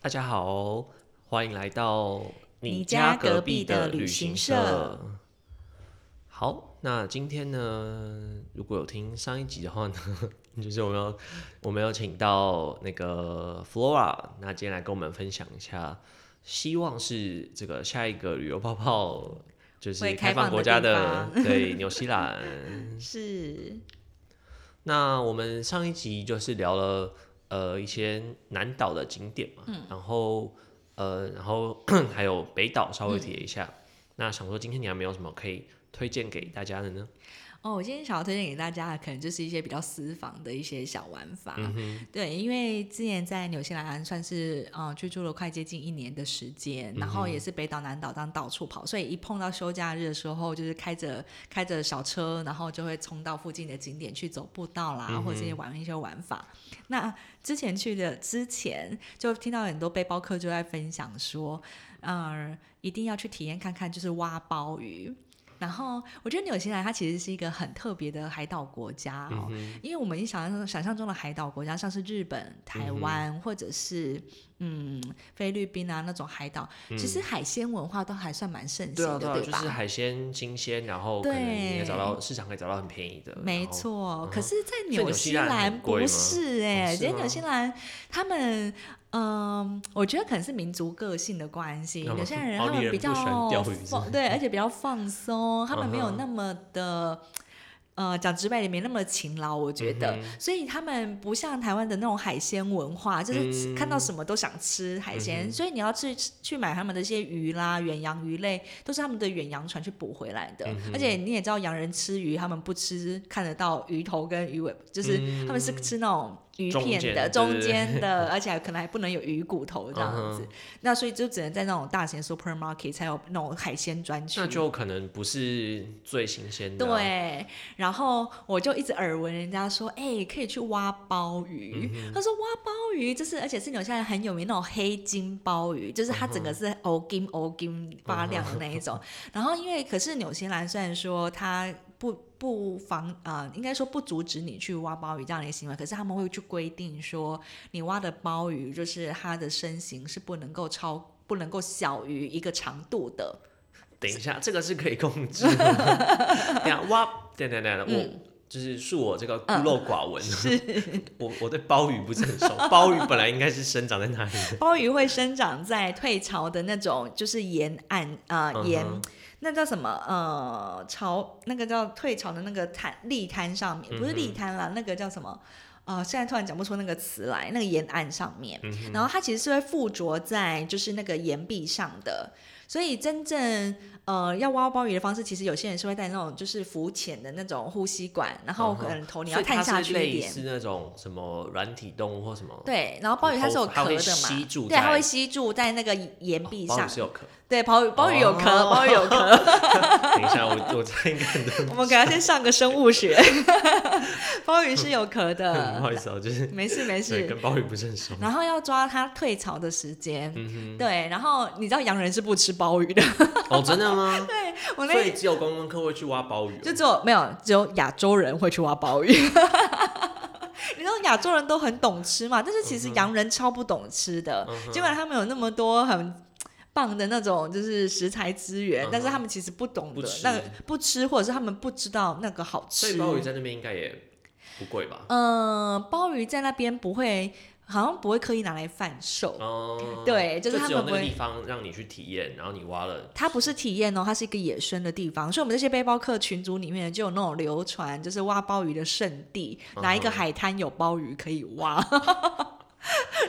大家好，欢迎来到你家隔壁的旅行社。好，那今天呢，如果有听上一集的话呢， 就是我们要我们要请到那个 Flora，那今天来跟我们分享一下，希望是这个下一个旅游泡泡。就是会开开放放国的家地的，方对纽西兰。是那我们上一集就是聊了呃一些南岛的景点嘛，然后呃，然后 还有北岛稍微提了一下。那想说今天你还没有什么可以推荐给大家的呢？哦，我今天想要推荐给大家的，可能就是一些比较私房的一些小玩法。对，因为之前在纽西兰算是呃居住了快接近一年的时间，然后也是北岛南岛这样到处跑，所以一碰到休假日的时候，就是开着开着小车，然后就会冲到附近的景点去走步道啦，或者是玩一些玩法。那之前去的之前，就听到很多背包客就在分享说，呃，一定要去体验看看，就是挖鲍鱼。然后我觉得纽西兰它其实是一个很特别的海岛国家嗯哦，因为我们一想象想象中的海岛国家，像是日本、台湾、或者是嗯菲律宾啊那种海岛，其实海鲜文化都还算蛮盛嗯对行啊，的，对啊，就吧？是海鲜新鲜，然后可能你可以对找到市场可以找到很便宜的。没然后，嗯错，可是，在所以纽纽西西兰很兰贵吗不是哎、哦是欸，其实吗纽西兰他们，嗯，我觉得可能是民族个性的关系，哦纽西 兰人奥他地利们人比不喜欢较钓鱼是吗放，对，而且比较放松，他们没有嗯哼那么的。呃，讲直白点，没那么勤劳，我嗯觉得，所以他们不像台湾的那种海鲜文化，就是嗯看到什么都想吃海鲜，所以你要去去买他们的一些鱼啦、远洋鱼类，都是他们的远洋船去捕回来的。嗯而且你也知道，洋人吃鱼，他们不吃看得到鱼头跟鱼尾，就是他们是吃那种鱼片的嗯中间中间 的，而且还可能还不能有鱼骨头这样子。嗯那所以就只能在那种大型 supermarket 才有那种海鲜专区。那就可能不是最新鲜的啊、对， 然后我就一直耳闻人家说，哎、可以去挖鲍鱼。他说挖鲍鱼就是，而且是纽西兰很有名那种黑金鲍鱼，就是它整个是欧金欧金发亮的那一种。然后因为可是纽西兰虽然说它不不防啊、呃，应该说不阻止你去挖鲍鱼这样的一个行为，可是他们会去规定说，你挖的鲍鱼就是它的身形是不能够超。不能够小于一个长度的，等一下，这个是可以控制 的吗。等一下哇，等等等等，我、就是恕我这个孤陋寡闻， 我我对鲍鱼不是很熟。 鲍鱼本来应该是生长在 哪里的？ 鲍鱼会生长在退潮的那种，就是沿岸啊、呃嗯哼沿那叫什么呃潮那个叫退潮的那个滩砾滩上嗯面，不是砾滩啦，那个叫什么？呃，现在突然讲不出那个词来，那个沿岸上面，嗯然后它其实是会附着在就是那个岩壁上的，所以真正呃要挖鲍鱼的方式，其实有些人是会带那种就是浮潜的那种呼吸管，嗯然后可能头你要探下去一类点，似那种什么软体动物或什么。对，然后鲍鱼它是有头它壳会的嘛吸住，对，它在会吸住在那个岩壁鲍上鱼。是有壳。对，鲍鱼鲍鱼有壳，哦鲍鱼有壳。等一下，我我猜应该很多人我们给它先上个生物学， 鲍鱼是有壳 不好的，意思啊，就是没事没对事。跟鲍鱼不是很熟。嗯然后要抓它退潮的时间，对。然后你知道洋人是不吃鲍鱼的，哦，真的吗？对 所我那以只有观光客会去挖鲍鱼哦。就只有没有只有亚洲人会去挖鲍鱼。 你知道亚洲人都很懂吃嘛，但是嗯其实洋人超不懂吃的，尽管他们有那么多很。棒的那种就是食材资源嗯哼但是他们其实不懂不得吃那个不吃，或者是他们不知道那个好所以吃。鲍鱼在那边应该也不贵吧？嗯，鲍鱼在那边不会，好像不会刻意拿来贩售。哦，对，就是他只有们那不个会地方让你去体验，然后你挖了，它不是体验哦，它是一个野生的地方，所以我们这些背包客群组里面就有那种流传，就是挖鲍鱼的圣地，嗯哼哪一个海滩有鲍鱼可以挖，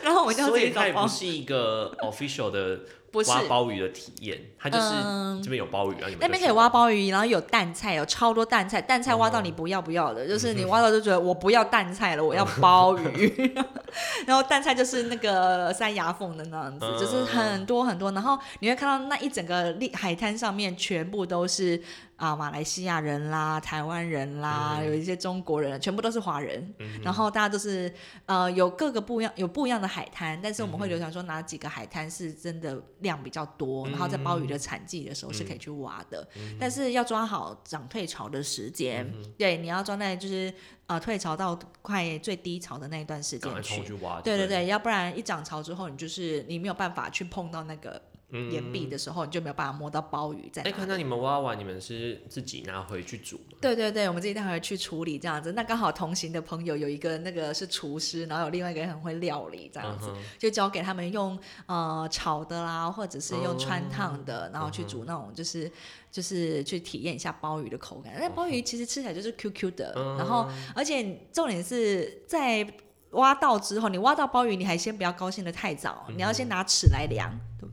然哦后我们就要所自以己它找也鲍不鱼，是一个 official 的不是挖鲍鱼的体验，它就是嗯这边有鲍鱼，然后你们那就边去可以挖鲍鱼，然后有淡菜，有超多淡菜，淡菜挖到哦你不要不要的，就是你挖到就觉得我不要淡菜了，我要鲍鱼。 然后淡菜就是那个塞牙缝的那样子，嗯就是很多很多。然后你会看到那一整个立海滩上面全部都是啊、马来西亚人啦、台湾人啦，嗯有一些中国人，全部都是华人。然后大家都是呃有各个不一样有不一样的海滩，但是我们嗯会流传说哪几个海滩是真的量比较嗯多，然后在鲍鱼的产季的时候是可以去挖的，但是要抓好涨退潮的时嗯间，对，你要抓在就是呃退潮到快最低潮的那一段时赶快间去冲去挖。对对对，对，要不然一涨潮之后，你就是你没有办法去碰到那个嗯岩壁的时候，你就没有办法摸到鲍鱼在哎，看哪。到你们挖完，你们是自己拿回去煮吗？对对对，我们自己待会儿去处理这样子。那刚好同行的朋友有一个那个是厨师，然后有另外一个人很会料理这样子，嗯哼就交给他们用呃炒的啦，或者是用穿烫的，然后去哦嗯哼煮那种就是就是去体验一下鲍鱼的口感。那鲍鱼其实吃起来就是 Q Q 的，哦嗯然后而且重点是在挖到之后，你挖到鲍鱼，你还先不要高兴的太早，你要嗯先拿尺来量，对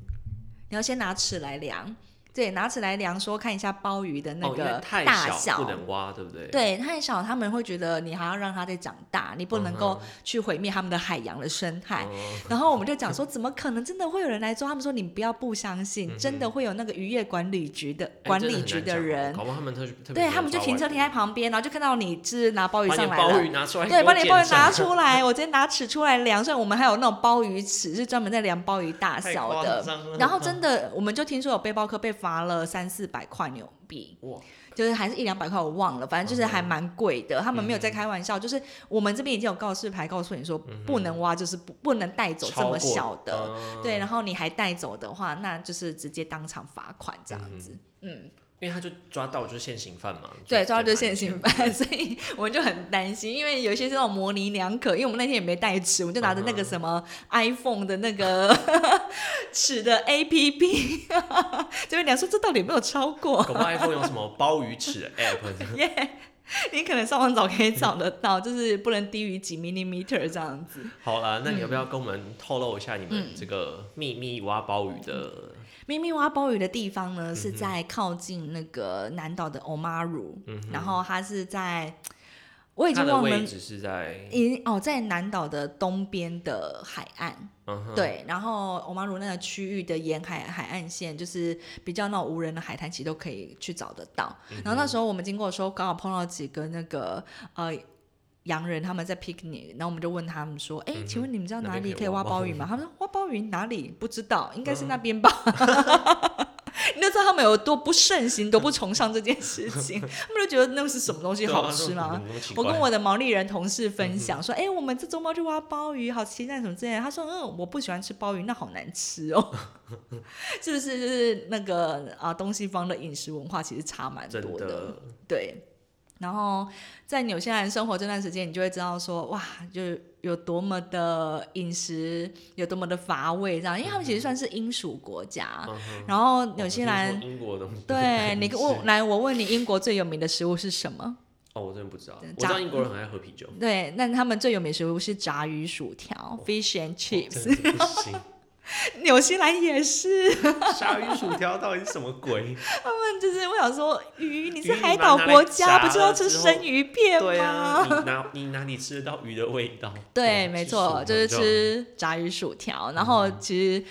你要先拿尺来量。对，拿尺来量，说看一下鲍鱼的那哦因为个太大小，不能挖，对不对？对，太小他们会觉得你还要让它再长大，你不能嗯够去毁灭他们的海洋的生态。哦， 然后我们就讲说，怎么可能真的会有人来做？他们说你不要不相信，真的会有那个渔业管理局的哎管真的理很局难讲哦人，搞不好他们特特别对喜欢他们就抓停车外停在旁边，然后就看到你是拿鲍鱼把你上的来鲍了鱼。拿出来，对，把你鲍鱼拿来，出来，我直接拿尺出来量，所以我们还有那种鲍鱼尺，是专门在量鲍鱼 大太小夸的。张了然后真的，我们就听说有背包客被罚了三四百块纽币，哇，就是还是一两百块，我忘了，反正就是还蛮贵的。他们没有在开玩嗯笑，就是我们这边已经有告示牌告诉你说，不能挖，就是不不能带走这超么过小的。嗯对，然后你还带走的话，那就是直接当场罚款这样子。嗯，因为他就抓到就是现行犯嘛，对，抓到就是直接现行拿去 犯，所以 我们就很担心，因为有一些这种模棱两可，因为我们那天也没带尺，我们就拿着嗯那个什么 iPhone 的那个 尺的 APP，这 边量说这到底有没有超过？搞不好 iPhone 有什么鲍鱼尺的 App， 耶、你可能上网找可以找得到，就是不能低于几 millimeter 这样子。好啦，那你要不要跟我们透露一下你们这个秘密挖鲍鱼的？咪咪挖鲍鱼的地方呢，嗯是在靠近那个南岛的 Omaru，、然后它是在，我已嗯它经的忘了位，置是在，已经哦，在南岛的东边的海岸，嗯哼，对，然后 Omaru 那个区域的沿海海岸线，就是比较那种无人的海滩，其实都可以去找得到。然后那时候我们经过的时候，刚好碰到几个那个呃。洋人他们在 picnic，然后我们就问他们说：“哎、请问你们知道那哪边可里以可以挖挖鲍鲍鱼鱼吗？”他们说：“挖鲍鱼哪里不知道，应该是那边吧。 你就知道他们有多不盛行，多不崇尚这件事情。他们就觉得那是什么东 西对啊好吃吗？？那种那么奇我怪嗯跟我的毛利人同事分享说，哎、我们这周末去挖鲍鱼，好期待什么之类的。他说，嗯，我不喜欢吃鲍鱼，那好难吃 哦。是不是就是那个啊，东西方的饮食文化其实差蛮真多的，对。然后在纽西兰生活这段时间，你就会知道说，哇，就是有多么的饮食有多么的乏味，这样，因为他们其实算是英属国家。嗯 哼然后纽西我兰，听说英国的东西， 对你跟我我来，我问你，英国最有名的食物是什么？哦，我真的不知道，炸我知道英国人很爱喝 啤酒对，那他们最有名的食物是炸鱼薯条 （fish and 真 chips），的不行，纽西兰也是。鲨鱼薯条到底是什么鬼？他们 就是我想说，鱼你是鱼你海把岛它拿国来家，炸不就要了吃之后生鱼片对啊，吗？你哪你哪里吃得到鱼的味道？对，啊嗯没吃错，薯就是条吃炸鱼薯条。然后其实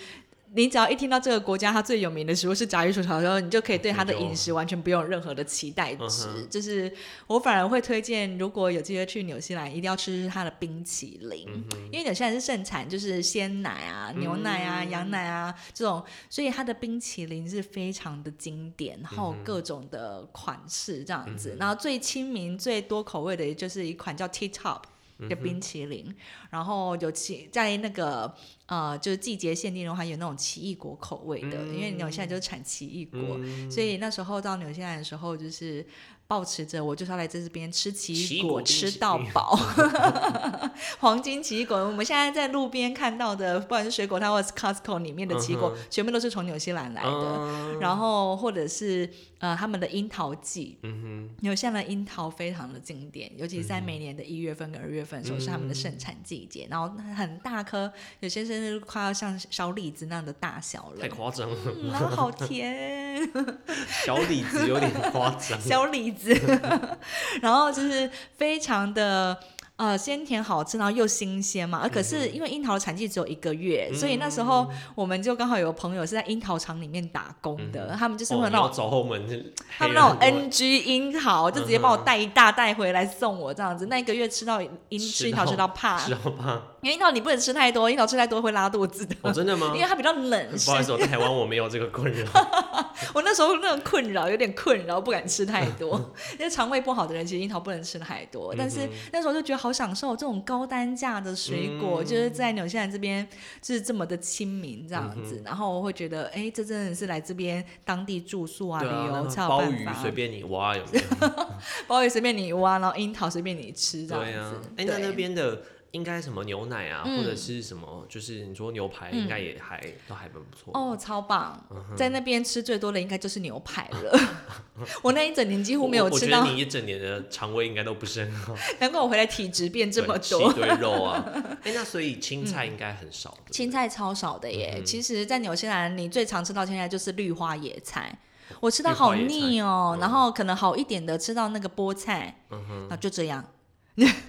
你只要一听到这个国家它最有名的食物是炸鱼薯条的时候，你就可以对它的就饮食完全不用有任何的期待嗯值。哼就是我反而会推荐，如果有机会去纽西兰，一定要吃它的冰淇淋。嗯因为纽西兰是盛产就是鲜奶啊、牛奶啊、羊奶啊这种，所以它的冰淇淋是非常的经典，然后各种的款式这样嗯子，然后最亲民、最多口味的，也就是一款叫 T Top 嗯的冰淇淋，然后有奇在那个呃就是季节限定的话，有那种奇异果口味的，嗯因为纽西兰就是产奇异果，所以那时候到纽西兰的时候，就是抱持着我就是要来这边吃奇奇异异果果冰淇吃淋到饱，黄金奇异果。我们现在在路边看到的，不管是水果摊或是 Costco 里面的奇异果，全部都是从纽西兰来的。嗯然后或者是呃他们的樱桃季，嗯纽西兰的樱桃非常的经典，尤其是在每年的一月份跟二月份的时候是他们的盛产季嗯节，然后很大颗，有些甚至快要像小李子那样的大小哼，了太。夸张了，嗯，然后好甜，。小李子有点夸张 小李子， 然后就是非常的。呃，鲜甜好吃，然后又新鲜嘛。呃可是嗯因为樱桃的产季只有一个月，所以那时候我们就刚好有个朋友是在樱桃厂里面打工的，他们就是哦会有你那要种、走后门，他们那种黑人 NG 樱桃，就直接嗯哼把我带一大袋回来送我这样子。那一个月吃到樱吃樱桃吃到怕，知道吗？因为樱桃你不能吃太多，樱桃吃太多会拉肚子的，哦，真的吗因？为它比较冷。不好意思，我台湾我没有这个困扰。 我那时候那种困扰，有点 嗯困扰，不敢吃太多。因为肠胃不好的人，其实樱桃不能吃太多。但是那时候就觉得好好享受这种高单价的水嗯果，就是在纽西兰这边就是这么的亲民这样嗯子。然后我会觉得，哎、这真的是来这边当地住宿啊、对啊，旅那游种才有鲍办鱼法。随便你挖有没有？鲍鱼随便你挖，然后樱桃随便你吃这样对子啊。，哎，那对那边的应该什么牛奶啊，嗯或者是什么，就是你说牛排应该也还都还蛮不错。哦，超棒！嗯在那边吃最多的应该就是牛排 了。我那一整年几乎没有我我吃觉到得，你一整年的肠胃应该都不是很好，难怪我回来体质变这么对吃多一。堆肉啊。哎，那所以青菜应该很少的。青菜超少的嗯耶。其实，在纽西兰，你最常吃到青菜就是绿花野菜，我吃到好腻哦、绿花野菜嗯然后可能好一点的吃到那个菠菜，嗯哼，那就这样，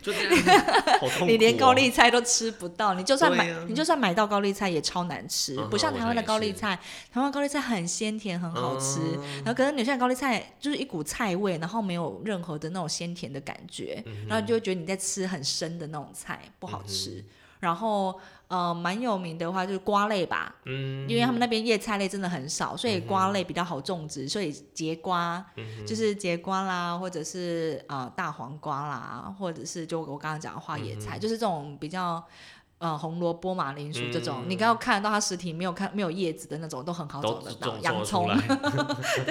就这样，好痛苦哦。你连高丽菜都吃不到，你就算买，对啊你就算买到高丽菜也超难吃，嗯哼不像台湾的我想也是嗯高丽菜，台湾高丽菜很鲜甜，很好吃。然后可能纽西兰高丽菜就是一股菜味，然后没有任何的那种鲜甜的感觉，嗯然后你就会觉得你在吃很生的那种菜，不好吃。然后呃，蛮有名的话就是瓜类吧，嗯，因为他们那边叶菜类真的很少，所以瓜类比较好种植，所以节瓜、嗯就是节瓜啦，或者是呃大黄瓜啦，或者是就我刚刚讲的花嗯野菜，就是这种比较呃红萝卜、马铃薯这种，嗯你刚刚看得到它实体没有看没有叶子的那种，都很好都找得到。种洋种葱得，出来，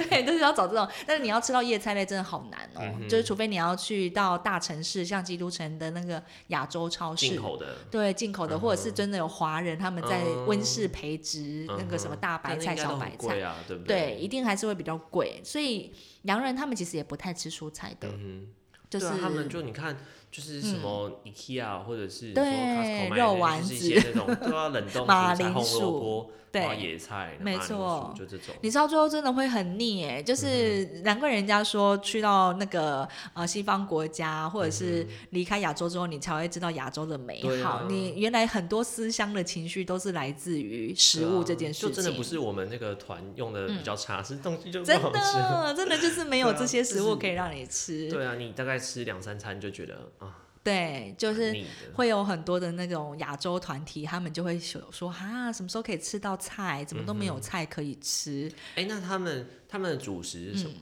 对，就是要找这种，但是你要吃到叶菜类真的好难哦，嗯哼就是除非你要去到大城市，像基督城的那个亚洲超市进，口的。对进口的，嗯或者是真的有华人他们在嗯温室培植那个什么大白但是菜、应该小都很白贵菜，啊，对不对，对？一定还是会比较贵。所以洋人他们其实也不太吃蔬菜的，嗯就哼，是嗯对啊他们就你看，就是什么 IKEA 或者是对说 Costco 买的那肉丸就是一子些那种都要冷 冻马蔬菜铃红萝薯卜、然后对。野菜、没马铃薯错就这种。你知道最后真的会很腻哎，嗯就是难怪人家说去到那个呃西方国家，或者是离开亚洲之后，你才会知道亚洲的美嗯对好。啊你原来很多思乡的情绪都是来自于食物这件事啊情，嗯就真的不是我们那个团用的比较差，是东西就不真好吃。的真的就是没有 对啊这些食就物是可以让你吃。对啊，你大概吃两三餐就觉得啊，对，就蛮是腻的会有很多的那种亚洲团体，他们就会说说哈，什么时候可以吃到菜？嗯怎么都没有菜可以吃。哎、那他们他们的主食是什么？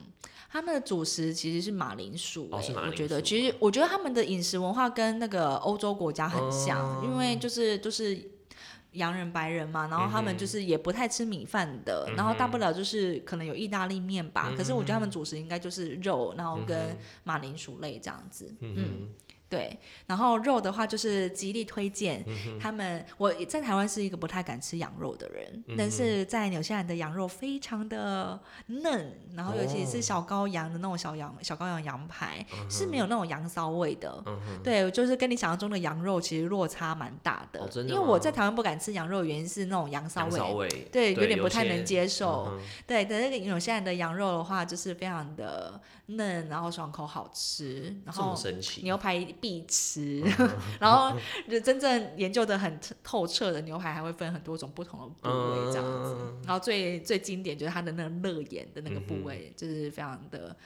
他们的主食其实是马铃薯、哦欸是马我铃觉得薯其实我觉得他们的饮食文化跟那个欧洲国家很像，哦嗯因为就是就是。洋人、白人嘛，然后他们就是也不太吃米饭的，然后大不了就是可能有意大利面吧。嗯可是我觉得他们主食应该就是肉，然后跟马铃薯类这样子。嗯嗯哼，对，然后肉的话就是极力推荐、嗯他们。我在台湾是一个不太敢吃羊肉的人，嗯但是在纽西兰的羊肉非常的嫩，然后尤其是哦小羔羊的那种小羊、小羔羊羊排、是没有那种羊骚味的。嗯哼，对，就是跟你想象中的羊肉其实落差蛮大的。哦真的因为我吗在台湾不敢吃羊肉，原因是那种羊骚香味。味，对，有点不些太能接受。嗯哼对，但那个纽西兰的羊肉的话，就是非常的嫩，然后爽口好吃，然这么后神奇，牛排必吃，嗯 然后就真正研究的很透彻的牛排还会分很多种不同的部位这样子，嗯然后最最经典就是它的那个乐眼的那个部嗯哼位，就是非常的，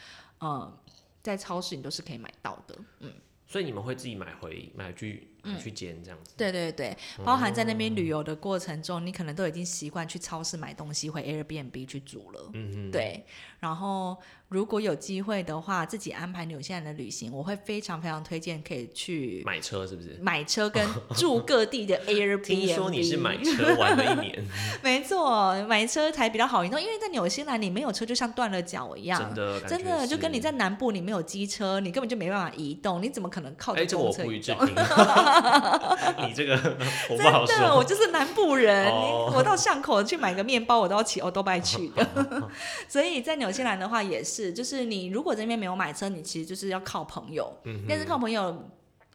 嗯，在超市你都是可以买到的，嗯，所以你们会自己买回买去买去煎这样子。对对对，包含在那哦边旅游的过程中，你可能都已经习惯去超市买东西，回 Airbnb 去煮了，嗯哼，对，然后如果有机会的话，自己安排纽西兰的旅行，我会非常非常推荐可以去买车是不是？买车跟住各地的 Airbnb。 听说你是买？车玩了一年，没错，买车才比较好运动，因为在纽西兰你没有车就像断了脚 一真样。的真的就跟你在在南部，你没有机车，你根本就没办法移动，你怎么可能靠哎，着这我公车不移予置动？ 评， 你这个 我不好真的，说。我就是南部人，哦我到巷口去买个面包，我都要骑欧都拜去 的。所以在纽西兰的话也是，就是你如果这边没有买车，你其实就是要靠朋友，嗯但是靠朋友，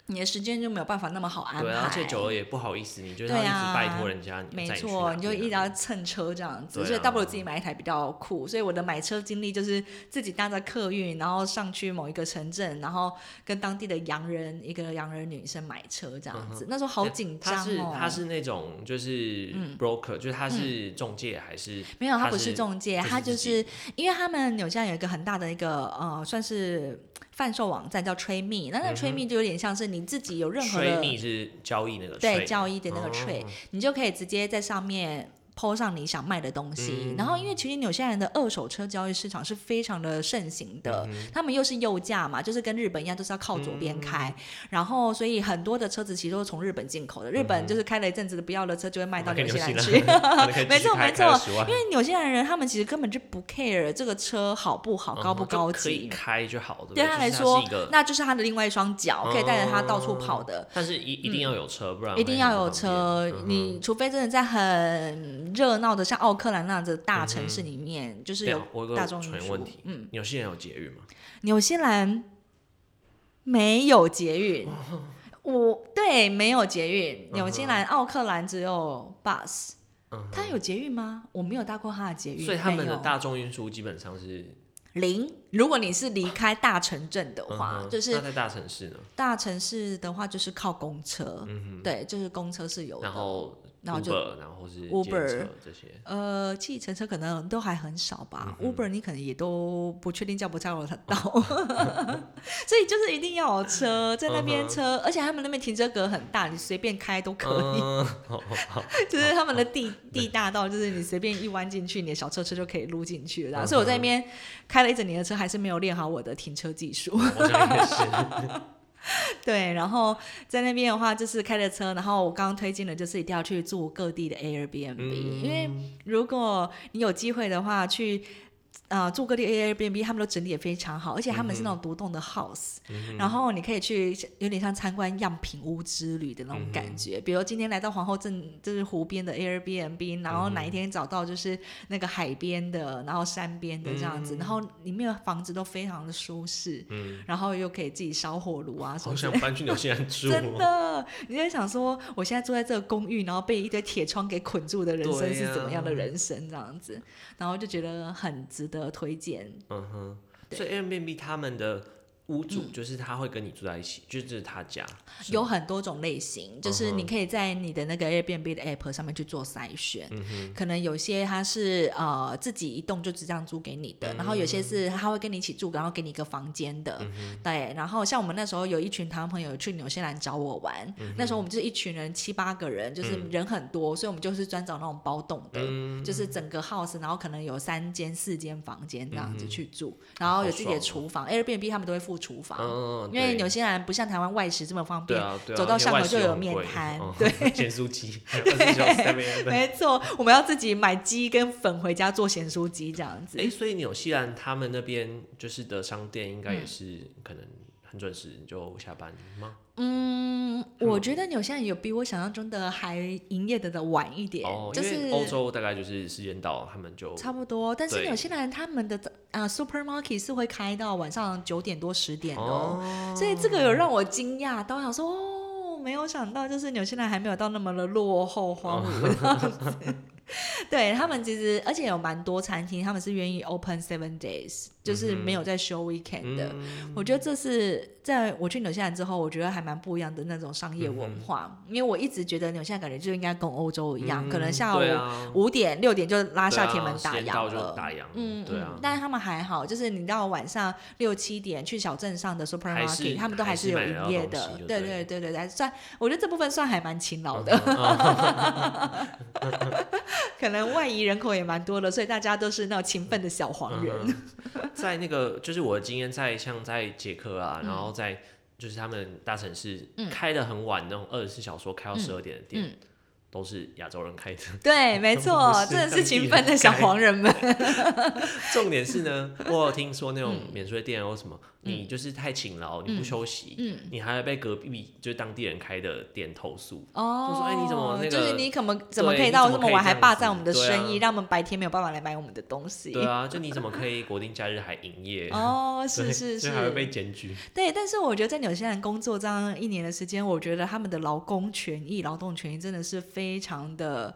你的时间就没有办法那么好安排。对啊，而且久了也不好意思，你就是要对一直啊拜托人家，没载去错，哪你就边一直啊要蹭车这样子，对啊所以大不如自己买一台比较酷。所以我的买车经历就是自己搭着客运，然后上去某一个城镇，然后跟当地的洋人一个洋人女生买车这嗯样子。那时候好紧张他哎是哦。嗯他是那种就是 broker，、就是他是中介还是没有，他不是是中介，就是他就自己是因为他们纽西兰有一个很大的一个呃，算是贩售网站叫 Trade Me，那那嗯 Trade Me 就有点像是你自己有任何 trade 的 me 是交易那个对 trade 交易的那个哦 Trade，你就可以直接在上面。抛上你想卖的东西。嗯然后，因为其实纽西兰人的二手车交易市场是非常的盛行的，嗯他们又是右驾嘛，就是跟日本一样，都是要靠左边开。嗯然后，所以很多的车子其实都是从日本进口的。日嗯本就是开了一阵子不要的车，就会卖到纽西兰去。 没错没错，因为纽西兰人他们其实根本就不 care 这个车好不好、高不高哦嗯可以级，开就好，对不对就他是来它说是一个，哦那就是他的另外一双脚，可以带着他到处跑的。但是一一定要有车，不然嗯一定会要很有不方车，你除非真的在很热闹的像奥克兰那样子的大城市里面，就是嗯便。对有啊，我有个大众纯运输问题，嗯，纽西兰有捷运吗？纽西兰没有捷运，哦我对没有捷运，纽西兰奥克兰只有 bus，嗯它有捷运吗？我没有搭过它的捷运，所以他们没的有大众运输基本上是零。如果你是离开大城镇的嗯话，哼就是那在大城市呢，大城市的话就是靠公车，对，就是公车是有嗯的。然后然后就 Uber，然后是 Uber 捷车这 些，呃，计程车可能都还很少吧、u b e r 你可能也都不确定叫不叫得到， 所以就是一定要有车，在那边车而且他们那边停车格很大，你随便开都可以，嗯，好好 就是他们的地地大道，就是你随便一弯进去，你的小车车就可以撸进去了。然后所以我在那边开了一整年的车，还是没有练好我的停车技术。我想也是， 对，然后在那边的话，就是开着车，然后我刚刚推荐的就是一定要去住各地的 Airbnb，、嗯因为如果你有机会的话，去呃住各地 Airbnb，他们都整理的非常好，而且他们是那种独栋的 house，、然后你可以去有点像参观样品屋之旅的那种感觉，比如今天来到皇后镇就是湖边的 Airbnb，然后哪一天找到就是那个海边的，然后山边的这样子，然后里面的房子都非常的舒适，然后又可以自己烧火炉啊什好么之想类的。搬去纽西兰住 真哦。的，你在想说，我现在住在这个公寓，然后被一堆铁窗给捆住的人生对是怎么样的呀人生？这样子，然后就觉得很值得推荐。嗯哼，对嗯所以 Airbnb 他们的屋主就是他会跟你住在一起，就是这是他家，是有吗很多种类嗯型，就是你可以在你的那个 Airbnb 的 app 上面去做筛选，嗯可能有些它是呃自己一栋就只这样租给你嗯的，然后有些是他会跟你一起住，然后给你一个房间的，对。然后像我们那时候有一群台湾朋友去纽西兰找我玩，嗯那时候我们就是一群人七八个人，就是人很多，所以我们就是专找那种包栋的，嗯就是整个 house，然后可能有三间四间房间这样子去住，然后有自己好的爽哦厨房、Airbnb 他们都会附厨房。嗯，因为对纽西兰不像台湾外食这么方对便，啊对啊，走到而且巷口外食就又有很面贵摊嗯 对咸酥鸡，二十小时在那 边没错，我们要自己买鸡跟粉回家做咸酥鸡这样子哎、。所以纽西兰他们那边就是的商店，应该也是、可能很准时就下班吗？嗯，我觉得纽西兰有比我想象中的还营业的的晚一点，哦，就因是为欧洲大概就是时间到，他们就差不多。但是对纽西兰他们的啊、supermarket 是会开到晚上九点多十点的哦、所以这个有让我惊讶到，我想说哦，没有想到就是纽西兰还没有到那么的落后荒芜这样子。哦 对他们其实，而且有蛮多餐厅，他们是愿意 open seven days，就是嗯没有在休 weekend 哦的。我觉得这是在我去纽西兰之后，我觉得还蛮不一样的那种商业文嗯化，因为我一直觉得纽西兰感觉就应该跟欧洲一样，可能下午对啊，五点六点就拉下对啊铁门打时间到烊就了。打烊了，嗯，对啊嗯，但是他们还好，就是你到晚上六七点去小镇上的还是 supermarket，他们都还是是有买得营到业东的西就，对对对对对对，算，我觉得这部分算还蛮勤劳的，嗯 可能外移人口也蛮多的，所以大家都是那种勤奋的小黄人，嗯哼在那个就是我的经验，在像在捷克啊，然嗯后在就是他们大城市开的很晚那种二十四小时开到十二点的店，嗯都是亚洲人开的。对，没错 不，是真的是当地勤人奋的小开黄人们，重点是呢，我有听说那种嗯免税店啊或什么，你就是太勤劳，你不休息，嗯你还会被隔壁就是当地人开的店投诉。哦，就说哎你怎么那就是个你怎么怎么对可以你到怎么这么可以晚这还样霸子占我们的对生啊意，让我们白天没有办法来买我们的东西？对啊，就你怎么可以国定假日还营业？哦，对 是是，就是还会被检举。对，但是我觉得在纽西兰工作这样一年的时间，我觉得他们的劳工权益、劳动权益真的是非常的。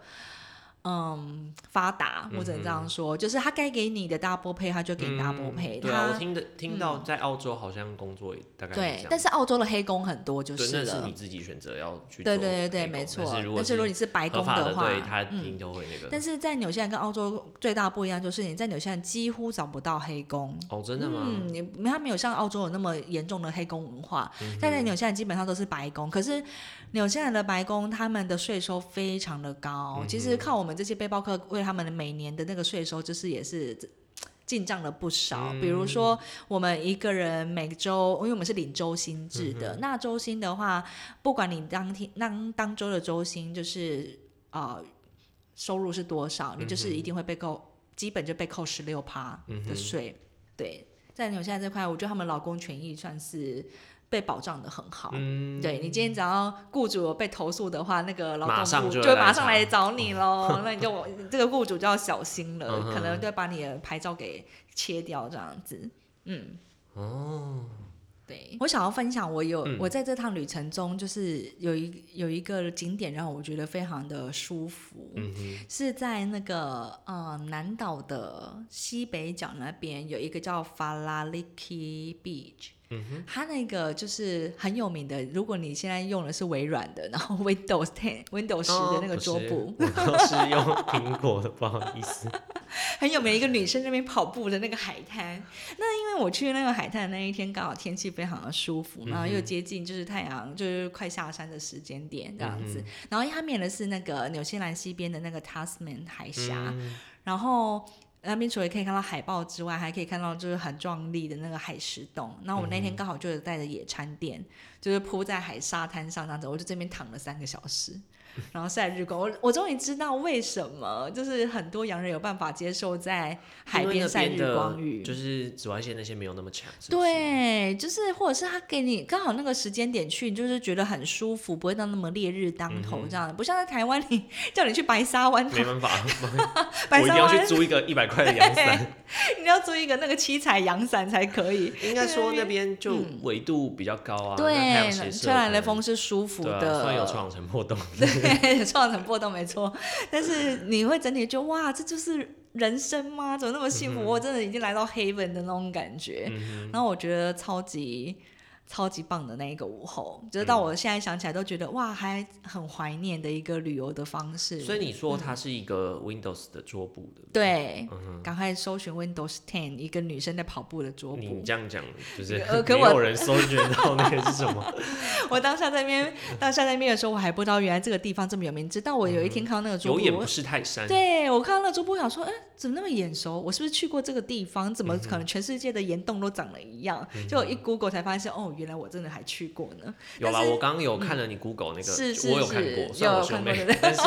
嗯，发达，我只能这样说，就是他该给你的 double pay，他就给你 double pay、对啊，我他嗯听的听到在澳洲好像工作也大概对是这，样但是澳洲的黑工很多，就对，那是了你。自己选择要去做黑对工。对对对，没错。但是如果但是如果你是白合工法话，对他一嗯定就会那个。但是在纽西兰跟澳洲最大不一样就是，你在纽西兰几乎找不到黑工。哦，真的吗？嗯，你它没有像澳洲有那么严重的黑工文化，但在纽西兰基本上都是白工。可是纽西兰的白工他们的税收非常的高，其实靠我们们这些背包客为他们每年的那个税收，就是也是进账了不少。比如说，我们一个人每周，因为我们是领周薪制的，那周薪的话，不管你当天当当周的周薪，就是呃收入是多少，你就是一定会被扣，基本就被扣十六趴嗯的税。对，在纽西兰这块，我觉得他们劳工权益算是被保障的很好。嗯，对你今天只要雇主有被投诉的话，那个劳马上动部就就会会来马查嗯上来找你喽。那你就我这个雇主就要小心了，嗯哼可能就会把你的牌照给切掉这样子。嗯，哦，对。我想要分享，我有、嗯我在这趟旅程中，就是有一有一个景点让我觉得非常的舒服，嗯哼，是在那个呃南岛的西北角那边有一个叫法拉利 k Beach。嗯哼，它那个就是很有名的，如果你现在用的是微软的，然后 Windows Ten、Windows 哦十的那个桌布，我都是用苹果的，不好意思。很有名一个女生那边跑步的那个海滩。那因为我去那个海滩的那一天刚好天气非常的舒服，然后又接近就是太阳就是快下山的时间点这样子，然后它面的是那个纽西兰西边的那个 Tasman 海峡，嗯然后呃那边除了可以看到海豹之外，还可以看到就是很壮丽的那个海石洞。那我那天刚好就有带着野餐垫，就是铺在海沙滩上这样子，我就这边躺了三个小时，然后晒日光。我我终于知道为什么就是很多洋人有办法接受在海因为边那晒边的日光浴，就是紫外线那些没有那么强。是不是，对，就是或者是他给你刚好那个时间点去，你就是觉得很舒服，不会到那么烈日当头这样，不像在台湾你叫你去白沙湾，嗯没办法， 白我一定沙要湾去租一个一百块的阳伞。 你要租一个那个七彩阳伞才可以。应该说那边就纬度比较高啊，那太阳斜嗯对，射吹来的可能风是舒服对啊的，虽然有 创成破洞，对，创成波动没错。但是你会整体觉得哇，这就是人生吗？怎么那么幸福？嗯我真的已经来到 heaven 的那种感觉。然后我觉得超级超级棒的那一个午后，就是到我现在想起来都觉得哇，还很怀念的一个旅游的方式。所以你说它是一个 Windows 的桌布的，嗯对，嗯哼，赶快搜寻 Windows Ten 一个女生在跑步的桌布你。这样讲就是呃没可我有人搜寻到那个是什么， 我当下在那边，当下在那边的时候，我还不知道原来这个地方这么有名。直到我有一天看到那个 桌嗯有布，眼我不识泰山，对我看到那个桌布，我想说，哎、怎么那么眼熟？我是不是去过这个地方？嗯怎么可能全世界的岩洞都长得一样？就我一 Google 才发现，哦，原来我真的还去过呢。有啦，但是嗯我刚刚有看了你 Google 那个，是是我有看过，是虽然我有兄看过妹对， 但是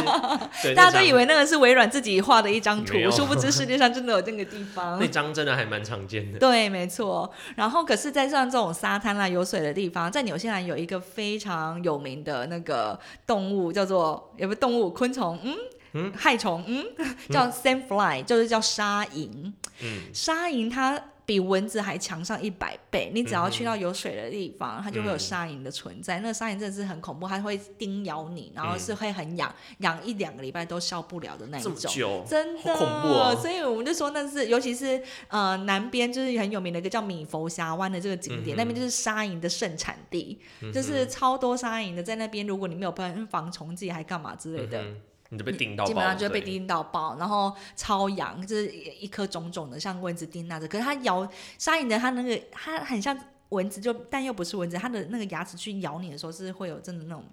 对大家都那以为那个是微软自己画的一张图没有，殊不知世界上真的有这个地张方那。张真的还蛮常见的，对，没错。然后，可是，在像这种沙滩啊啦、有水的地方，在纽西兰有一个非常有名的那个动物，叫做也不是动物，昆虫，嗯。嗯害虫， 嗯，叫 sandfly，、就是叫沙蝇。嗯，沙蝇它比蚊子还强上一百倍，你只要去嗯到有水的地方，它就会有沙蝇的存在。那沙蝇真的是很恐怖，它会叮咬你，然后是会很痒，痒一两个礼拜都消不了的那一嗯这么种。久，真好的，恐怖哦所以我们就说那是，尤其是呃南边就是很有名的一个叫米佛峡湾的这个景点，嗯哼那边就是沙蝇的盛产地，嗯哼就是超多沙蝇的，在那边如果你没有喷防虫剂还干嘛之类的，嗯哼，你就被叮到爆了，基本上就会被对嗯叮到爆，然后超痒，就是一一颗肿肿的，像蚊子叮那着。可是它咬沙蝇的，它那个它很像蚊子就，但又不是蚊子，它的那个牙齿去咬你的时候是会有真的那种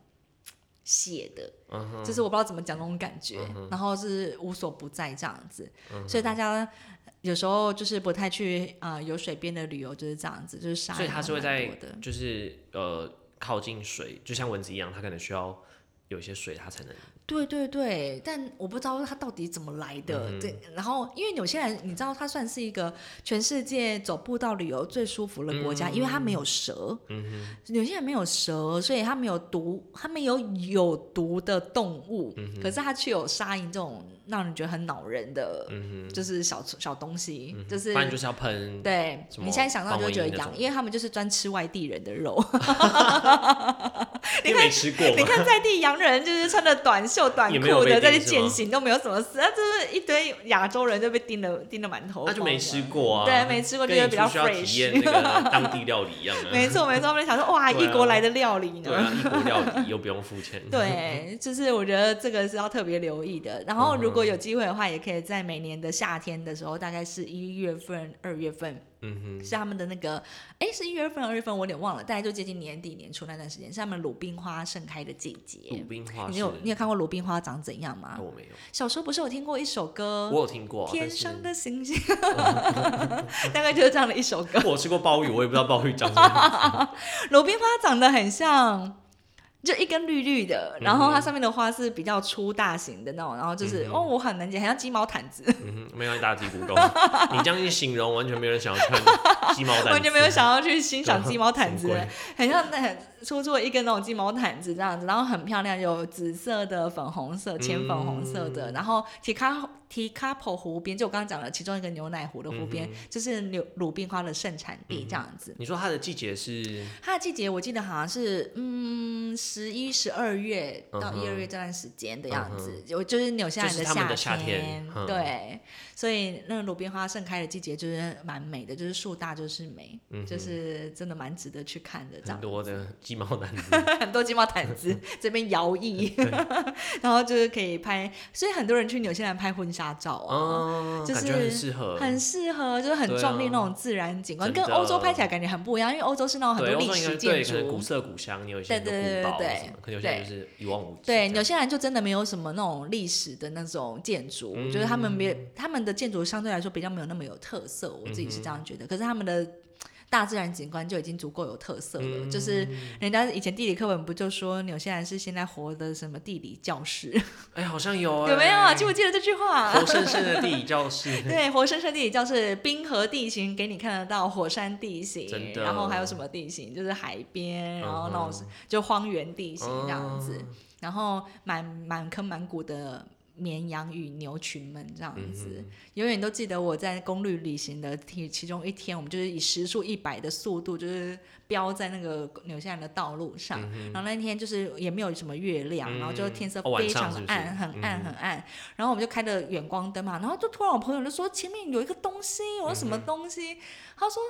血的，嗯哼，就是我不知道怎么讲那种感觉，嗯哼然后是无所不在这样子，嗯哼所以大家。有时候就是不太去啊、呃有水边的旅游就是这样子，就是沙所以蝇它还是会在蛮多的，就是呃靠近水，就像蚊子一样，它可能需要有一些水，它才能对对对，但我不知道它到底怎么来嗯的。哼对，然后因为纽西兰，你知道它算是一个全世界走步道旅游最舒服的国家，因为它没有蛇。嗯纽西兰没有蛇，所以它没有毒，它没有有毒的动物，嗯可是它却有沙蝇这种让人觉得很恼人的，嗯就是小小东西，哼，就是不然就是要喷，对什么 你现在想到就会觉得防蚊液那痒，种因为他们就是专吃外地人的肉。因为没吃过 你嘛， 看在地洋人就是穿着短袖短也没有裤被的在叮那是践吗行，都没有什么事，啊，就是一堆亚洲人就被叮的叮的满头包。那就没吃过啊，对，没吃过就跟你觉得比较出去要体 fresh。验那个当地料理一样啊， 没错没错，他们想说 哇，对啊异国来的料理对呢。啊，异国料理又不用付钱， 对，就是我觉得这个是要特别留意的。然后如果有机会的话，也可以在每年的夏天的时候，大概是一月份、二月份，嗯是他们的那个，哎，是一月份、二月份，我有点忘了，大概就接近年底年初那段时间，是他们鲁冰花盛开的季哼，鲁节。冰花你是，有你有看过鲁冰花长怎样吗哦？我没有，小时候不是有听过一首歌我有听过《啊，呃天但是上的星星》，大概就是这样的一首歌。 我吃过鲍鱼，我也不知道鲍鱼长 什么样子。鲁冰花长得很像，就一根绿绿嗯的，然后它上面的花是比较粗大型的那种，然后就是、哦，我很难解，很像鸡毛 掸子，嗯哼，没有打击骨 功，你这样一形容，完全没有人想要穿鸡毛掸子，完全没有想要去欣赏鸡毛掸什子么鬼， 很像那很粗粗的一根那种鸡毛掸子这样子，然后很漂亮，有紫色的、粉红色、浅粉红色的，嗯然后提卡提卡普湖边，就我刚刚讲的其中一个牛奶湖的湖嗯边，就是柳鲁冰花的盛产地这样子。你说它的季节是它的季节我记得好像是嗯十一、十二月到嗯哼嗯一二月这段时间的样子，我、就是纽西兰就是他们的夏夏天嗯对，所以那个鲁冰花盛开的季节就是蛮美的，就是树大就是美，就是真的蛮值得去看的这样嗯很。多的鸡毛掸子， 很多鸡毛掸子 这边摇 曳，然后就是可以拍，所以很多人去纽西兰拍婚纱照啊。哦，就是感觉很适合，很适合，就是很对啊壮丽那种自然景观，真跟的欧洲拍起来感觉很不一样，因为欧洲是那种很对，多欧历洲应该史对，建可筑，能古色古香，你有一些很多对对古堡对啊对什么，可能有些人就是一望无际这对，样。纽西兰就真的没有什么那种历史的那种建筑，我觉得他们没有他们的建筑相对来说比较没有那么有特色，我自己是这样觉得。可是他们的大自然景观就已经足够有特色了，就是人家以前地理课本不就说纽西兰是现在活的什么地理教室，哎，好像有哎， 有没有啊？记不记得这句话、 活生生的地理教室，对，活生生地理教室，冰河地形给你看得到，火山地形真，的然后还有什么地形，就是海边，然后那嗯种哼就荒原地形这样子，哦然后满满坑满谷的绵羊与牛群们这样子，嗯永远都记得我在公路旅行的其其中一天，我们就是以时速一百的速度，就是飙在那个纽西兰的道路上，然后那天就是也没有什么月亮，然后就天色嗯哦晚非上常是不是嗯暗，很暗很暗，然后我们就开着远光灯嘛，然后就突然我朋友就说前面有一个东西，我说什么东嗯西？他说。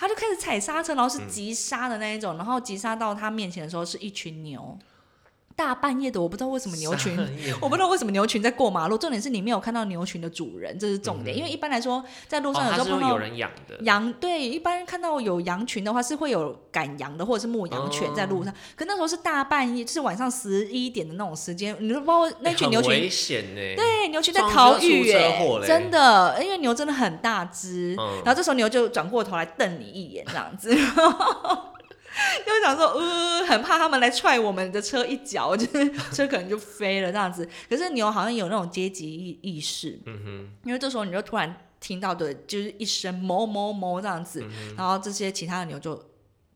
他就开始踩刹车，然后是急刹的那一嗯种，然后急刹到他面前的时候是一群牛，大半夜的，我不知道为什么 牛群傻眼我不知道为什么牛群在过马路，重点是你没有看到牛群的主人，这是重点。因为一般来说，在路嗯哦上有时它候是碰会有到人养的，羊，对，一般看到有羊群的话是会有赶羊的或者是牧羊犬在哦路上。可那时候是大半夜，就是晚上十一点的那种时间，你都不知道那哎群很牛群。危险呢，对，牛群在撞逃车出狱车耶祸嘞真的，因为牛真的很大只，嗯然后这时候牛就转过头来瞪你一眼，这样子， 然后就想说，呃，很怕他们来踹我们的车一脚，就是车可能就飞了这样子。可是牛好像有那种阶级意意识，嗯哼，因为这时候你就突然听到的就是一声哞哞哞这样子，嗯然后这些其他的牛就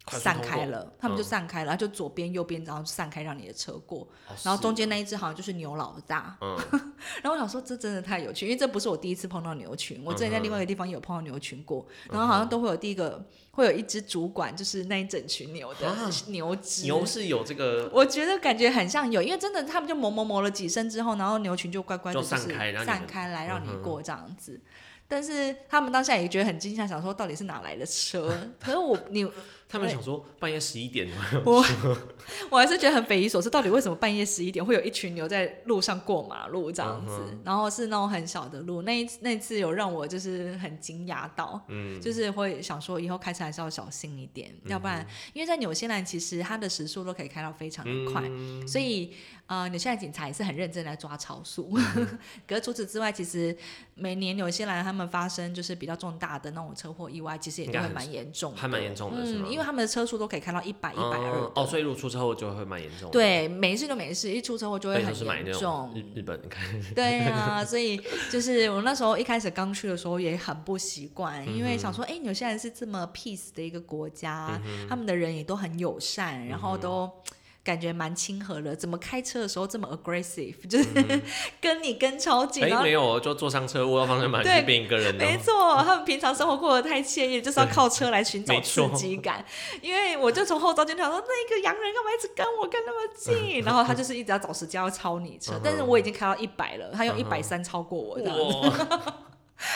快速散通开过，了，他们就嗯散开了，然后就左边右边，然后散开让你的车过，哦然后中是间那一只好像就是牛老大，嗯， 然后我想说，这真的太有趣，因为这不是我第一次碰到牛群，我之前在嗯哼嗯另外一个地方也有碰到牛群过，然后好像都会有第一个会有一只主管，就是那一整群牛的啊牛只。牛是有这个我觉得感觉很像有，因为真的他们就磨磨磨了几声之后，然后牛群就乖乖就就是散开让你们散开来让你嗯哼过这样子。但是他们当下也觉得很惊吓，想说到底是哪来的车？ 可是我你他们想说半夜十一点， 我 我还是觉得很匪夷所思，到底为什么半夜十一点会有一群牛在路上过马路这样子嗯哼然后是那种很小的路，那一那一次有让我就是很惊讶到，嗯，就是会想说以后开车还是要小心一点，要不然因为在纽西兰其实它的时速都可以开到非常的快，嗯所以呃纽西兰警察也是很认真来抓超速。嗯 可是除此之外，其实每年纽西兰他们发生就是比较重大的那种车祸意外，其实也应都该会很蛮严重的，还蛮严重的是吗嗯，因为他们的车速都可以开到一百一百二哦，哦所以如果出车祸就会蛮严重的，对，每一次都每一次，一出车祸就所会以都很是买那严 种日重。日 本开，对啊，所以就是我那时候一开始刚去的时候也很不习惯，因为嗯想说，哎、纽西兰是这么 peace 的一个国家，他们的人也都很友善，嗯然后都。感觉蛮亲和的，怎么开车的时候这么 aggressive，就是嗯 跟你跟超紧，然哎，后没有哦，就坐上车，我要方向盘对就变一个人没哦，错，他们平常生活过得太惬意，就是要靠车来寻找没刺错激感。因为我就从后照镜想说，那个洋人干嘛一直跟我跟那么近？然后他就是一直要找时间要超你车嗯嗯哼，但是我已经开到一百了，他用一嗯哼百三超过我这样。哇，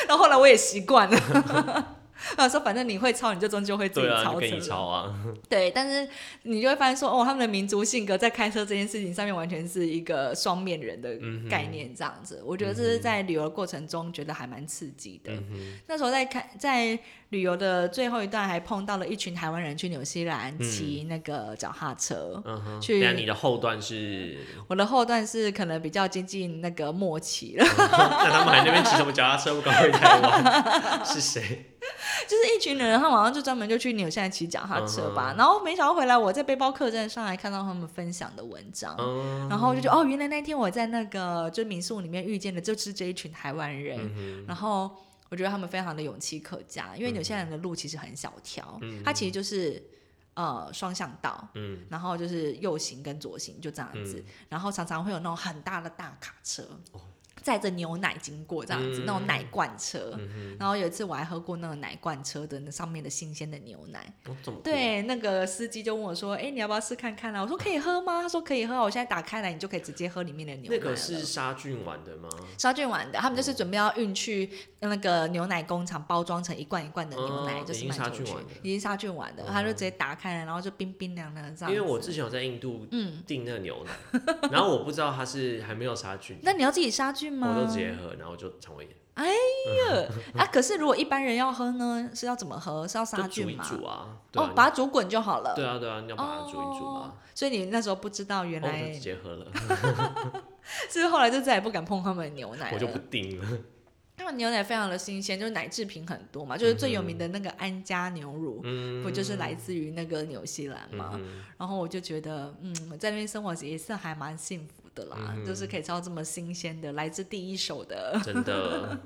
然后后来我也习惯了。 啊，说反正你会超，你就终究会自己对啊，超就车给你了。超啊，对，但是你就会发现说，哦，他们的民族性格在开车这件事情上面完全是一个双面人的嗯概念，这样子。我觉得这是在旅游的过程中觉得还蛮刺激的。嗯哼，那时候在看在旅游的最后一段还碰到了一群台湾人去纽西兰骑那个脚踏车。嗯哼，去那你的后段是，我的后段是可能比较接近那个末期了， 那他们还在那边骑什么脚踏车？我搞回台湾是谁？就是一群人，他们好像就专门就去纽西兰骑脚踏车嗯吧。然后没想到回来，我在背包客栈上还看到他们分享的文章，嗯然后我就觉得哦，原来那天我在那个就民宿里面遇见的就是这一群台湾人，嗯然后我觉得他们非常的勇气可嘉，因为纽西兰的路其实很小条，嗯它其实就是呃双向道，嗯然后就是右行跟左行就这样子，然后常常会有那种很大的大卡车。哦载着牛奶经过这样子，那嗯种奶罐车。然后有一次我还喝过那个奶罐车的那上面的新鲜的牛奶，哼，哦，这么酷，对，那个司机就问我说：“哎、你要不要试看看啊？”我说：“可以喝吗？”他说：“可以喝啊。”我现在打开来，你就可以直接喝里面的牛奶那了。个是哦杀菌丸的吗？烧菌丸的，他们就是准备要运去那个牛奶工厂包装成一罐一罐的牛奶，哦就是已经卖杀出菌去完的，哦已经杀菌完的，他就直接打开了，然后就冰冰凉凉的这样因子。嗯为我之前有在印度订那个牛 奶，然后我不知道它是还没有杀菌，那你要自己杀菌吗？我都直接喝，然后就肠胃炎，啊！可是如果一般人要喝呢，是要怎么喝？是要杀就煮菌一吗？煮啊，对哦啊，，把它煮滚就好了。对啊对啊，你要把它煮一煮哦啊，，所以你那时候不知道，原然后我来就直接喝了， 是后来就再也不敢碰他们的牛奶我就不了。订了，他们牛奶非常的新鲜，就是奶制品很多嘛，就是最有名的那个安佳牛乳，嗯， 不就是来自于那个纽西兰嘛？嗯然后我就觉得，嗯，在那边生活也是还蛮幸福的啦，嗯就是可以吃到这么新鲜的，来自第一手的。哼 真的，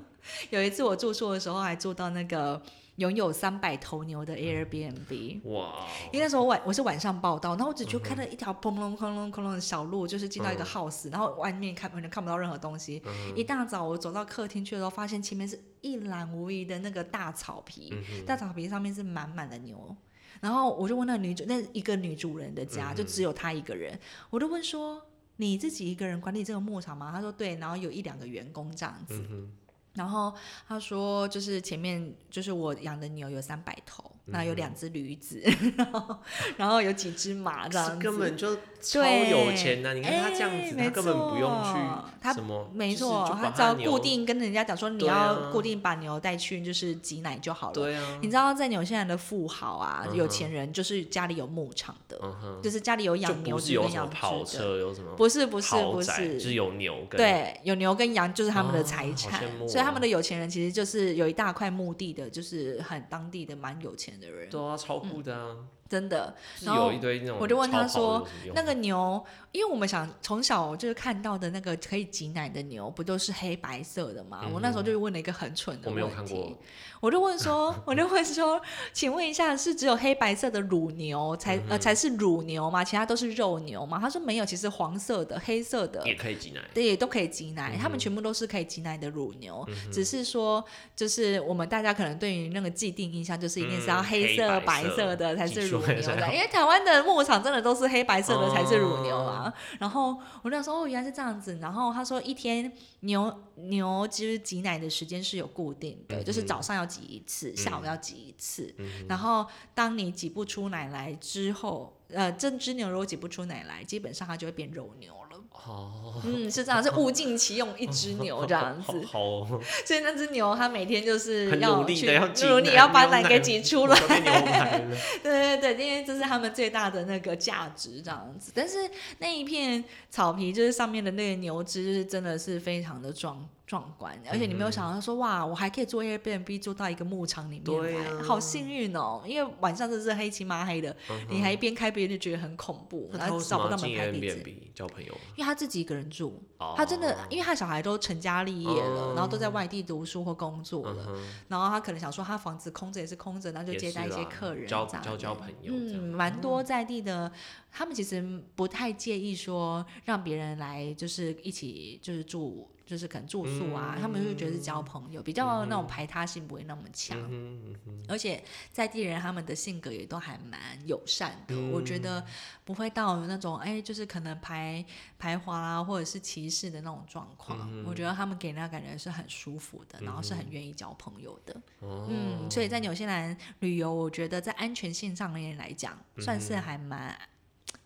有一次我住宿的时候，还住到那个拥有三百头牛嗯的 Airbnb。哇，因为那时候晚我是晚上报道，然后我只就看到一条砰隆砰隆砰隆的小路，就是进到一个嗯 house，、然后外面看完全看不到任何东西。一大早我走到客厅去的时候，发现前面是一览无遗的那个大草皮，嗯哼大草皮上面是满满的牛。然后我就问那个女主，那一个女主人的嗯家、就只有她一个人，我就问说你自己一个人管理这个牧场吗？她说对，然后有一两个员工这样子。嗯哼，然后她说就是前面就是我养的牛有三百头，嗯那有两只驴子， 然后然后有几只马这样是子，根本就超对有钱呐、你看他哎这样子，没他根本不用错去他什么，没就错，是、就把只要牛固，定跟人家讲说你对啊要固定把牛带去就是挤奶就好了。对啊你，知道在纽西兰的富豪啊、嗯哼有钱人就是家里有牧场的，嗯哼，就是家里有就养牛不是只有跟什么养跑猪的，车，有什么不是不是豪不宅，就是是。有牛跟，对，有牛跟羊就是他们的财啊产好羡，慕哦所以他们的有钱人其实就是有一大块墓地的，就是很当地的蛮有钱的人，对啊，超酷的啊，真的。就是嗯然后有一堆那种，我就问他说，那个，个牛，因为我们想从小就是看到的那个可以挤奶的牛，不都是黑白色的嘛？我那时候就问了一个很蠢嗯的我没有问看题过，，我就问说，我就问说，请问一下，是只有黑白色的乳牛才、嗯呃才是乳牛吗？其他都是肉牛吗？他说没有，其实黄色的、黑色的也可以挤奶，对，也都可以挤奶，嗯他们全部都是可以挤奶的乳牛，只是说，就是我们大家可能对于那个既定印象，就是一定是要嗯黑黑色、白白色色的才挤是乳出牛来才的，好因为台湾的牧场真的都是黑白色的才是乳牛哦啊。然后我那时候哦，原来是这样子。然后他说，一天牛牛其实挤奶的时间是有固定的，嗯就是早上要挤一次，下午要挤一次。然后当你挤不出奶来之后，呃，这只牛如果挤不出奶来，基本上它就会变肉牛了。 哦，嗯，是这样，是物尽其用一只牛这样好 子，好哦，所以那只牛它每天就是很要努力去的要挤努力奶要把牛奶给奶挤出来 我，被牛排了，对对对，因为这是他们最大的那个价值这样子。但是那一片草皮就是上面的那个牛只，就是真的是非常的壮壮观，而且你嗯没有想到说哇，我还可以做 Airbnb 住到一个牧场里面对来，啊好幸运哦！因为晚上真是黑漆麻黑的，你还一边开边就觉得很恐怖，嗯那然他后为什找么不要到门进牌地址。 Airbnb 交朋友？因为他自己一个人住，哦他真的，因为他小孩都成家立业了，哦然后都在外地读书或工作嗯了，哼，然后他可能想说他房子空着也是空着，那就也接是待一些啦客人，交这样交交子朋友这样嗯，蛮多在地的，他们其实不太介意说让别人来，就是一起就是住，就是可能住宿啊，嗯他们就觉得是交朋友，比较那种排他性不会那么强。嗯哼嗯哼而且在地人他们的性格也都还蛮友善嗯的，我觉得不会到有那种哎，就是可能排排华啊，或者是歧视的那种状况。嗯我觉得他们给人家感觉是很舒服的，然后是很愿意交朋友的。哦嗯，所以在纽西兰旅游，我觉得在安全性上面来讲，算是还蛮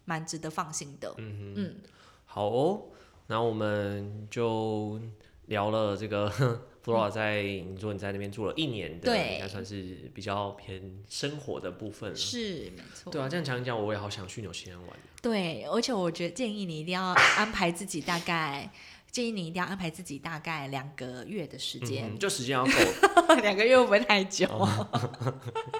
蛮值得放心的。嗯哼，嗯，好哦，那我们就聊了这个 Flora 在你说你在那边住了一年的，嗯对应该算是比较偏生活的部分了。是没错。对啊，这样讲一讲，我也好想去纽西兰玩。对，而且我觉得建议你一定要安排自己大概，建议你一定要安排自己大概两个月的时间，嗯，就时间要够， 两个月会不会太久？哦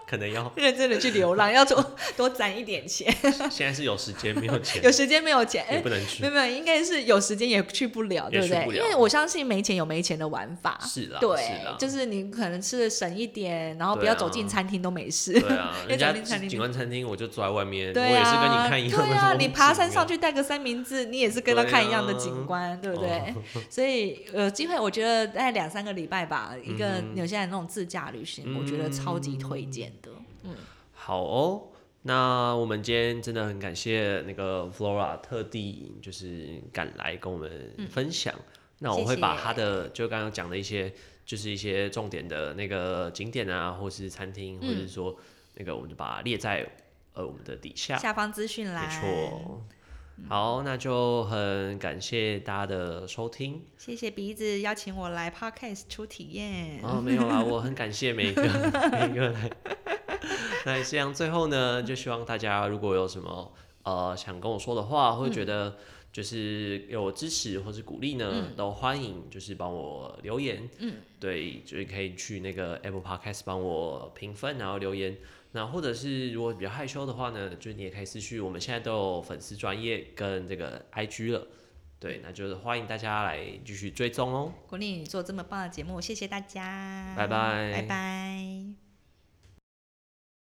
可能要认真的去流浪，要多 多攒一点钱， 现在是有时间没有钱有，时间没有钱，也哎、不能没去。有没有，应该是有时间也去不了，也对去不对？了因为我相信没钱有没钱的玩法，是啦，对是啦，就是你可能吃的省一点，然后不对要啊走进餐厅都没事。对啊， 因为人家走进餐厅景观餐厅，我就坐在外面，我对也是跟啊，你看一样的对东啊，西你爬山上没有，去带个三明治，你也是跟他对看一样的啊景观，对,、不哦对？所以有机会，我觉得大概两三个礼拜吧，一个嗯哼纽西兰那种自驾旅行，我觉得超级推荐的。嗯，好哦。那我们今天真的很感谢那个 Flora 特地就是赶来跟我们分享。那我会嗯谢谢把她的就刚刚讲的一些，就是一些重点的那个景点啊，或是餐厅，嗯或者是说那个，我们就把它列在呃我们的底下。下方资讯栏，没错。好，那就很感谢大家的收听。谢谢鼻子邀请我来 podcast 出体验。哦，没有啦，我很感谢 每一个每一个来来这样。最后呢，就希望大家如果有什么呃想跟我说的话，或者觉得就是有支持或是鼓励呢，都欢迎就是帮我留言。嗯，对，就是可以去那个 Apple Podcast 帮我评分，然后留言。那或者是如果比较害羞的话呢，就是你也可以私讯，我们现在都有粉丝专业跟这个 IG 了。对，那就是欢迎大家来继续追踪哦。鼓励你做这么棒的节目，谢谢大家，拜拜拜拜。